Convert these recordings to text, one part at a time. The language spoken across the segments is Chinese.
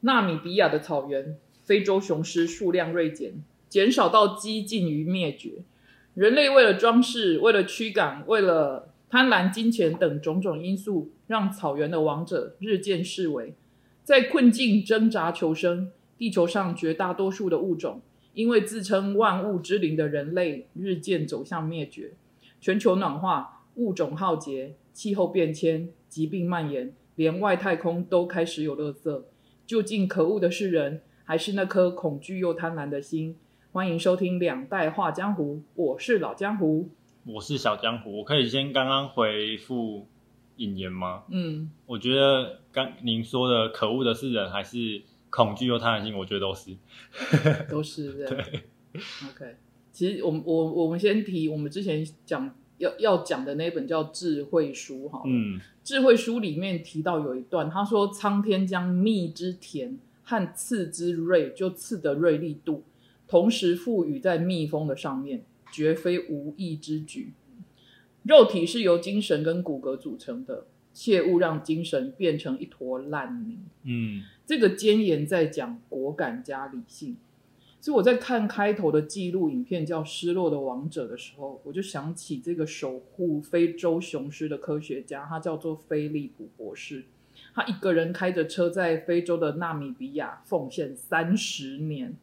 纳米比亚的草原，非洲雄狮数量锐减，减少到几近于灭绝。人类为了装饰、为了驱赶、为了贪婪、金钱等种种因素，让草原的王者日渐式微。在困境挣扎求生，地球上绝大多数的物种，因为自称万物之灵的人类，日渐走向灭绝。全球暖化、物种浩劫、气候变迁、疾病蔓延，连外太空都开始有垃圾。究竟可恶的是人，还是那颗恐惧又贪婪的心？欢迎收听《两代话江湖》，我是老江湖。我是小江湖，我可以先刚刚回复引言吗？嗯，我觉得刚您说的可恶的是人还是恐惧又贪婪心，我觉得都是。都是这样。对， OK，其实我们我我们先提我们之前讲要要讲的那本叫《智慧书》哈，嗯，智慧书》里面提到有一段，他说：“苍天将蜜之甜和刺之锐，就刺的锐利度，同时赋予在蜜蜂的上面，绝非无意之举。肉体是由精神跟骨骼组成的，切勿让精神变成一坨烂泥。”嗯，这个箴言在讲果敢加理性。所以我在看开头的记录影片叫《失落的王者》的时候，我就想起这个守护非洲雄狮的科学家，他叫做菲利普博士。他一个人开着车在非洲的纳米比亚奉献三十年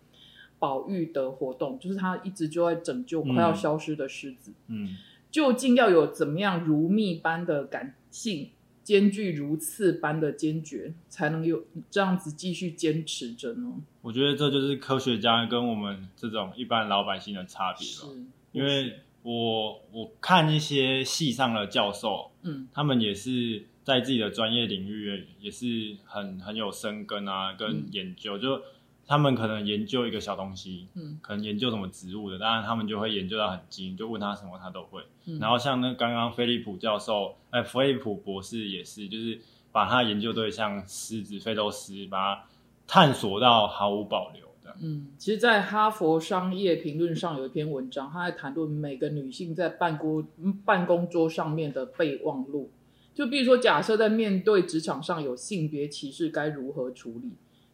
保育的活动，就是他一直就在拯救快要嗯消失的狮子。嗯，究竟要有怎么样如蜜般的感性，兼具如刺般的坚决，才能有这样子继续坚持着呢？我觉得这就是科学家跟我们这种一般老百姓的差别是了。，啊因为我我看一些系上的教授，嗯他们也是在自己的专业领域也是很很有深耕啊，嗯跟研究，就他们可能研究一个小东西，嗯可能研究什么植物的，当然他们就会研究到很精，就问他什么他都会。嗯，然后像那刚刚菲利普教授，哎、菲利普博士也是，就是把他研究对象狮子、非洲狮，把它探索到毫无保留的。嗯，其实，在哈佛商业评论上有一篇文章，他在谈论每个女性在办公嗯办公桌上面的备忘录。就比如说，假设在面对职场上有性别歧视，该如何处理？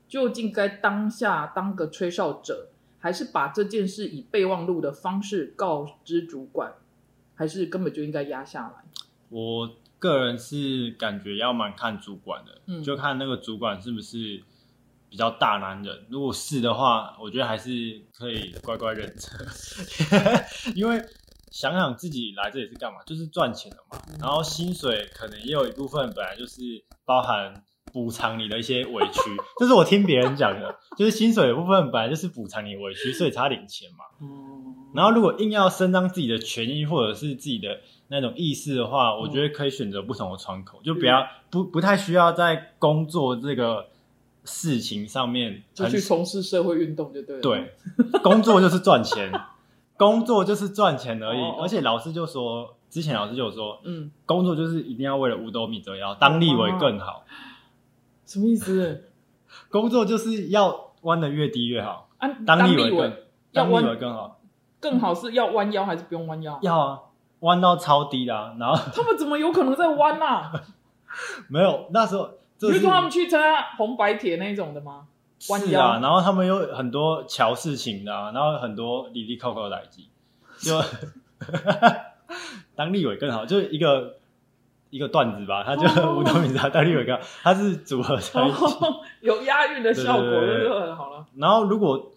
究竟该当下当个吹哨者，还是把这件事以备忘录的方式告知主管，还是根本就应该压下来？我个人是感觉要蛮看主管的，嗯就看那个主管是不是比较大男人。如果是的话，我觉得还是可以乖乖忍着，因为想想自己来这里是干嘛，就是赚钱的嘛。然后薪水可能也有一部分本来就是包含。补偿你的一些委屈，这是我听别人讲的，就是薪水的部分本来就是补偿你的委屈，所以才要领钱嘛。哦，然后如果硬要伸张自己的权益或者是自己的那种意识的嗯话，我觉得可以选择不同的窗口，就不要不不太需要在工作这个事情上面就很去从事社会运动就对了。对，工作就是赚 钱，工作就是赚钱而已。哦哦而且老师就说，之前老师就有说，嗯，工作就是一定要为了五斗米折腰，当立委更哦好，什么意思？工作就是要弯的越低越好，啊，当立立委委更要当立委弯更好，更好是要弯腰还是不用弯腰？要啊，弯到超低的、啊，然后。 他们怎么有可能在弯啊？没有，那时候比这如是说他们去参加红白铁那一种的吗？弯是腰啊，然后他们有很多乔事情的、啊，然后很多里里扣扣的来记，就 当立委更好，就是一个一个段子吧，他就哦五斗米折当立委更好，他是组合在一起。 有押韵的效果，对对对对就很好了。然后如果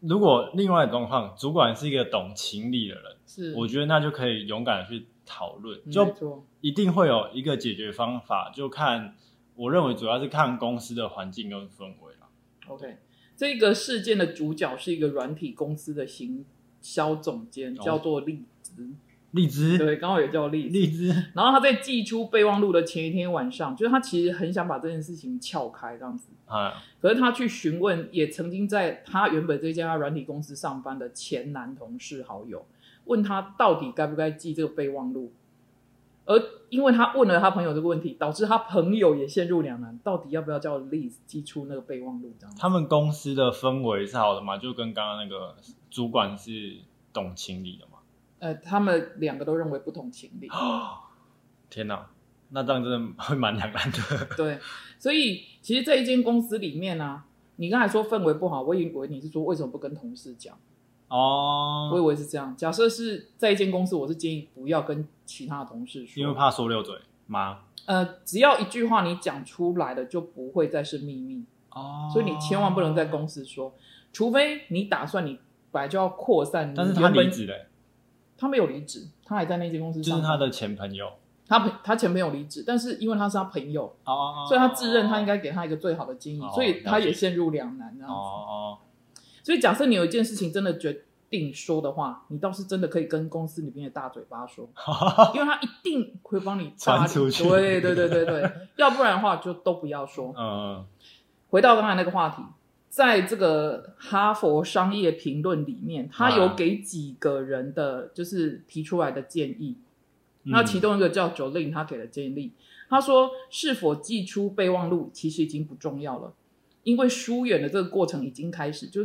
如果另外的状况，主管是一个懂情理的人，是，我觉得那就可以勇敢的去讨论，嗯就没错一定会有一个解决方法，就看我认为主要是看公司的环境跟氛围啦。 OK。这个事件的主角是一个软体公司的行销总监，哦叫做栗子，荔枝，对，刚好也叫栗子。荔枝，然后他在寄出备忘录的前一天晚上，就是他其实很想把这件事情撬开这样子，啊，可是他去询问，也曾经在他原本这家软体公司上班的前男同事好友，问他到底该不该记这个备忘录。而因为他问了他朋友这个问题，导致他朋友也陷入两难，到底要不要叫 Liz 寄出那个备忘录？这样子他们公司的氛围是好的嘛？就跟刚刚那个主管是懂情理的嘛？ 呃，他们两个都认为不同情理。 天哪，那这样真的会蛮两难的。对，所以其实这一间公司里面啊，你刚才说氛围不好，我以为你是说为什么不跟同事讲，我以哦，为是这样。假设是在一间公司，我是建议不要跟其他的同事因为说，怕说溜嘴吗？呃，只要一句话你讲出来的就不会再是秘密，哦所以你千万不能在。公司说，除非你打算你本来就要扩散你但是原他本。离职了，他没有离职，他还在那间公司就上是班。他的前朋友。他朋他前朋友离职，但是因为他是他朋友，哦所以他自认他应该给他一个最好的建议，哦所以他也陷入两难这样哦子。哦，所以假设你有一件事情真的决定说的话，你倒是真的可以跟公司里面的大嘴巴 说，因为他一定会帮你搭理传出去对对对对 对，要不然的话就都不要说。嗯，回到刚才那个话题，在这个哈佛商业评论里面，他有给几个人的就是提出来的建议。嗯那其中一个叫 Jolin，他给了建议，他说是否寄出备忘录其实已经不重要了，因为疏远的这个过程已经开始，就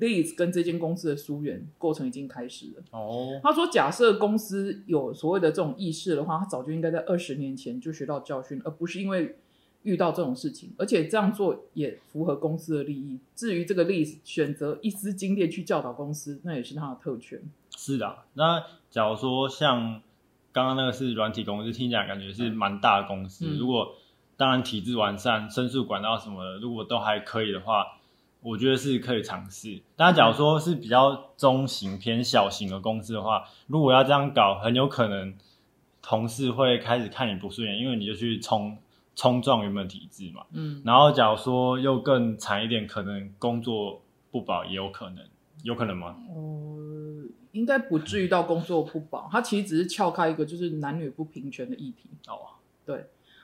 Liz 跟这间公司的疏远过程已经开始了。哦，他说，假设公司有所谓的这种意识的话，他早就应该在二十年前就学到教训，而不是因为遇到这种事情，而且这样做也符合公司的利益。至于这个 Liz 选择一丝精力去教导公司，那也是他的特权。是的啊。那假如说像刚刚那个是软体公司，听起来感觉是蛮大的公司。嗯如果当然体制完善、申诉管道什么的，如果都还可以的话，我觉得是可以尝试。但嗯假如说是比较中型、偏小型的公司的话，如果要这样搞，很有可能同事会开始看你不顺眼，因为你就去冲冲撞原本体制嘛。嗯，然后假如说又更惨一点，可能工作不保也有可能，有可能吗？哦，应该不至于到工作不保，他其实只是撬开一个就是男女不平权的议题。哦，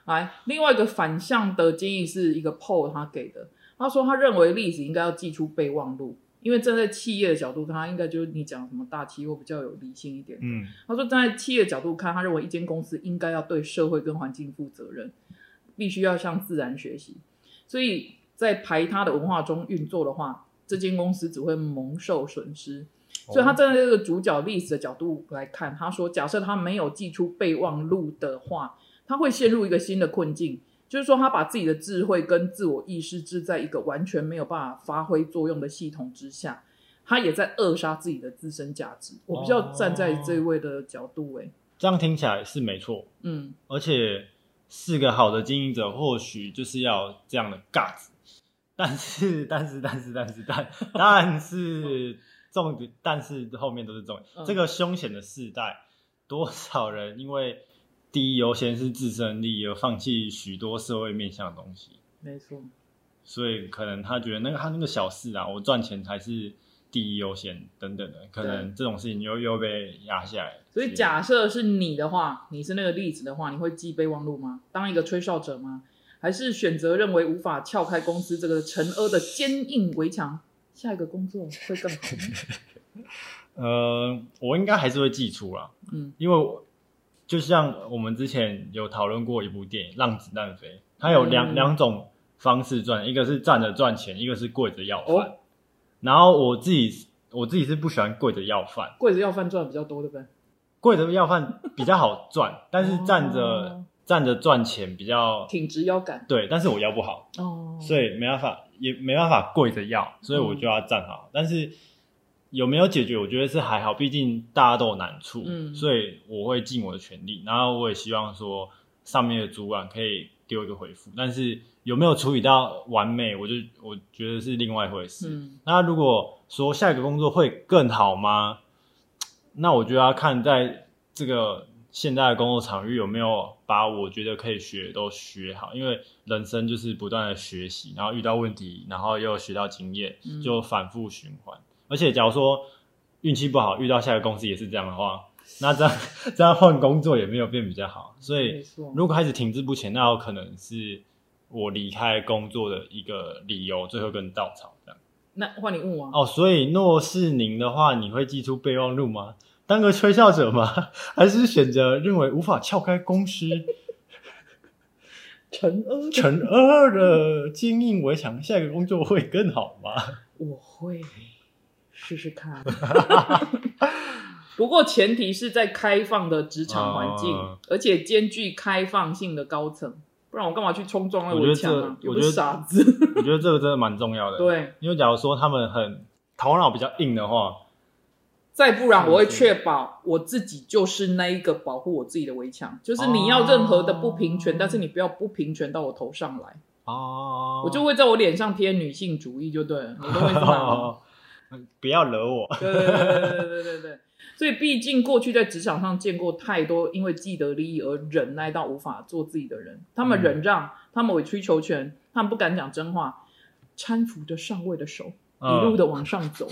来，另外一个反向的建议是一个 Paul 他给的，他说他认为历史应该要寄出备忘录，因为站在企业的角度看，他应该就是你讲什么大企业会比较有理性一点。嗯，他说站在企业的角度看，他认为一间公司应该要对社会跟环境负责任，必须要向自然学习，所以在排他的文化中运作的话，这间公司只会蒙受损失。所以他站在这个主角历史的角度来看，他说，假设他没有寄出备忘录的话，他会陷入一个新的困境，就是说他把自己的智慧跟自我意识置在一个完全没有办法发挥作用的系统之下，他也在扼杀自己的自身价值。我比较站在这一位的角度、欸，这样听起来是没错，嗯，而且是个好的经营者，或许就是要有这样的 guts。但 是，但是，但是，但是，但 但是重点，但是后面都是重点。嗯这个凶险的世代，多少人因为第一优先是自身利益而放弃许多社会面向的东西？没错，所以可能他觉得那个他那个小事啊，我赚钱才是第一优先等等的，可能这种事情又又被压下来。所以假设是你的话，你是那个例子的话，你会记备忘录吗？当一个吹哨者吗？还是选择认为无法撬开公司这个尘埃的坚硬围墙，下一个工作会更 好吗？呃，我应该还是会寄出啦，嗯，因为我就像我们之前有讨论过一部电影《让子弹飞》，它有两嗯两、种方式赚，一个是站着赚钱，一个是跪着要饭。哦然后我自己我自己是不喜欢跪着要饭，跪着要饭赚的比较多，对不对？哦跪着要饭比较好赚，但是站着、哦站着赚钱比较挺直腰杆对，但是我腰不好，哦，所以没办法，也没办法跪着要，所以我就要站好。但是有没有解决，我觉得是还好，毕竟大家都有难处，嗯所以我会尽我的全力。然后我也希望说上面的主管可以给我一个回复，但是有没有处理到完美，我就我觉得是另外一回事。嗯那如果说下一个工作会更好吗？那我就要看在这个现在的工作场域有没有把我觉得可以学的都学好，因为人生就是不断的学习，然后遇到问题，然后又学到经验，嗯就反复循环。而且假如说运气不好，遇到下一个公司也是这样的话，那这样 这样换工作也没有变比较好，所以没错，如果开始停滞不前，那有可能是我离开工作的一个理由，最后跟稻草这样。那换你问我啊，哦，所以若是您的话，你会寄出备忘录吗？当个吹哨者吗？ 还是选择认为无法撬开公司陈恩，尘埃的坚硬围墙，下一个工作会更好吗？ 我会试试看。 不过前提是在开放的职场环境，哦而且兼具开放性的高层，不然我干嘛去冲撞那我觉围得墙啊？这又我不觉得是傻子。 我觉得这个真的蛮重要的。，对，因为假如说他们很头脑比较硬的话，再不然是我会是确保我自己就是那一个保护我自己的围墙，就是你要任何的不平权，哦但是你不要不平权到我头上来，哦，我就会在我脸上贴女性主义就对了，你懂我意思吗？ 不要惹我。 对对对对对对对。所以，毕竟过去在职场上见过太多因为既得利益而忍耐到无法做自己的人，他们嗯忍让，他们委曲求全，他们不敢讲真话，搀扶着上位的手，一路嗯的往上走，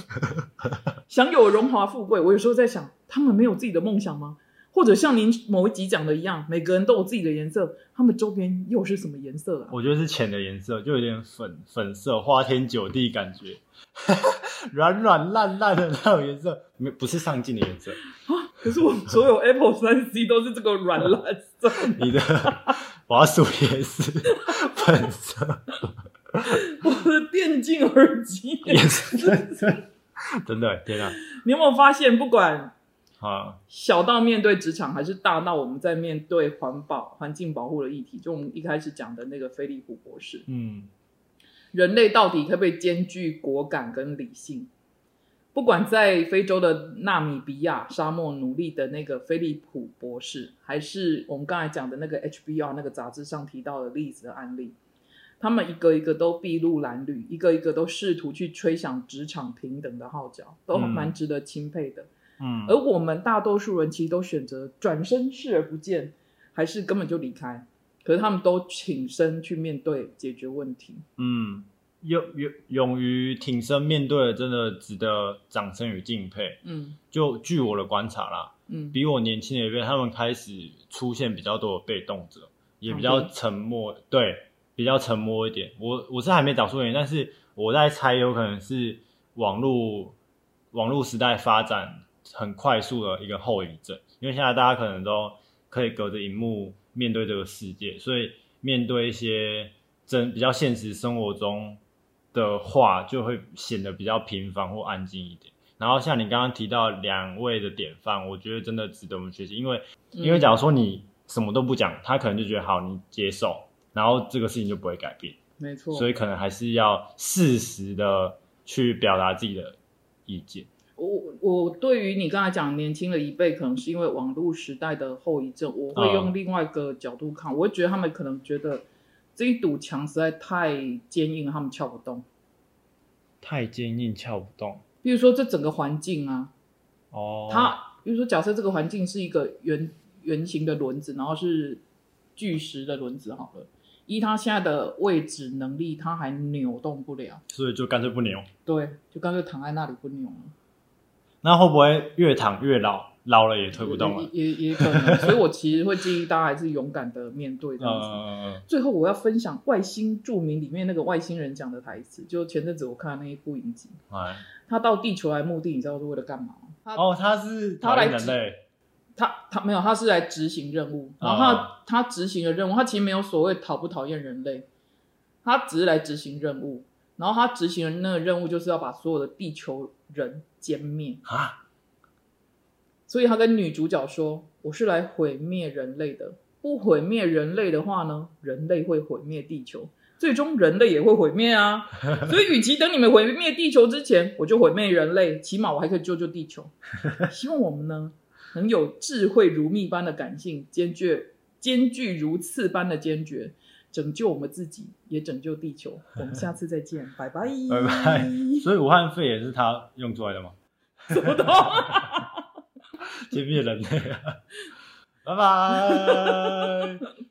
享有荣华富贵。我有时候在想，他们没有自己的梦想吗？或者像您某一集讲的一样，每个人都有自己的颜色，他们周边又是什么颜色啊？我觉得是浅的颜色，就有点粉粉色、花天酒地感觉， 软软烂烂的那种颜色，没不是上进的颜色。可是我所有 Apple 三 C 都是这个软蓝 色。你的滑鼠也是粉色，我的电竞耳机， 也是粉色， 真的天啊！你有没有发现，不管啊，小到面对职场，还是大到我们在面对环保、环境保护的议题，就我们一开始讲的那个菲利普博士，嗯，人类到底可不可以兼具果敢跟理性？不管在非洲的纳米比亚沙漠努力的那个菲利普博士，还是我们刚才讲的那个 HBO 那个杂志上提到的例子的案例，他们一个一个都筚路蓝缕，一个一个都试图去吹响职场平等的号角，都嗯蛮值得钦佩的。嗯，而我们大多数人其实都选择转身视而不见，还是根本就离开。可是他们都挺身去面对解决问题。嗯，勇勇勇于挺身面对，真的值得掌声与敬佩。嗯就据我的观察啦，嗯，比我年轻的一辈，他们开始出现比较多的被动者，也比较 OK 沉默，对，比较沉默一点。我我是还没找出原因，但是我在猜，有可能是网络网络时代发展很快速的一个后遗症，因为现在大家可能都可以隔着荧幕面对这个世界，所以面对一些真比较现实生活中的话，就会显得比较平凡或安静一点。然后像你刚刚提到两位的典范，我觉得真的值得我们学习，因为嗯因为假如说你什么都不讲，他可能就觉得好，你接受，然后这个事情就不会改变，没错，所以可能还是要适时的去表达自己的意见。我我对于你刚才讲年轻的一辈，可能是因为网络时代的后遗症，我会嗯用另外一个角度看，我会觉得他们可能觉得这一堵墙实在太坚硬，他们撬不动。太坚硬撬不动比如说这整个环境啊，哦它比如说假设这个环境是一个圆圆形的轮子，然后是巨石的轮子好了，依它现在的位置能力，它还扭动不了，所以就干脆不扭。对，就干脆躺在那里不扭了。那会不会越躺越老，老了也推不动了？也也也可能，所以我其实会建议大家还是勇敢的面对这样 子。呃，最后，我要分享《外星著名》里面那个外星人讲的台词，就前阵子我看的那一部影集，哎，他到地球来目的，你知道是为了干嘛吗？他哦，他是他讨来厌人类，他他没有，他是来执行任务，然后他、他执行的任务，他其实没有所谓讨不讨厌人类，他只是来执行任务，然后他执行的那个任务就是要把所有的地球人歼灭，啊，所以他跟女主角说：“我是来毁灭人类的，不毁灭人类的话呢，人类会毁灭地球，最终人类也会毁灭啊。所以，与其等你们毁灭地球之前，我就毁灭人类，起码我还可以救救地球。希望我们呢，能有智慧如蜜般的感性，坚决兼具如刺般的坚决。”拯救我们自己，也拯救地球。我们下次再见，拜拜，拜拜所以武汉肺炎是他用出来的吗？ 什么都。 歼灭人类啊，拜拜。